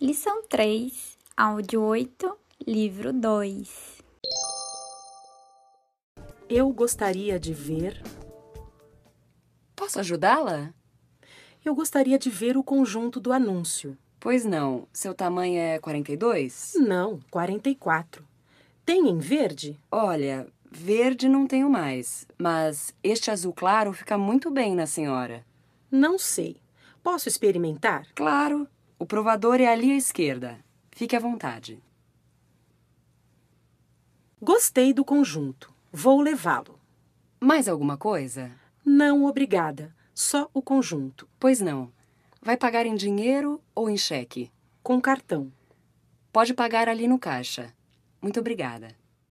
Lição 3, áudio 8, livro 2. Eu gostaria de ver. Posso ajudá-la? Eu gostaria de ver o conjunto do anúncio. Pois não. Seu tamanho é 42? Não, 44. Tem em verde? Olha, verde não tenho mais, mas este azul claro fica muito bem na senhora. Não sei. Posso experimentar? Claro. O provador é ali à esquerda. Fique à vontade. Gostei do conjunto. Vou levá-lo. Mais alguma coisa? Não, obrigada. Só o conjunto. Pois não. Vai pagar em dinheiro ou em cheque? Com cartão. Pode pagar ali no caixa. Muito obrigada.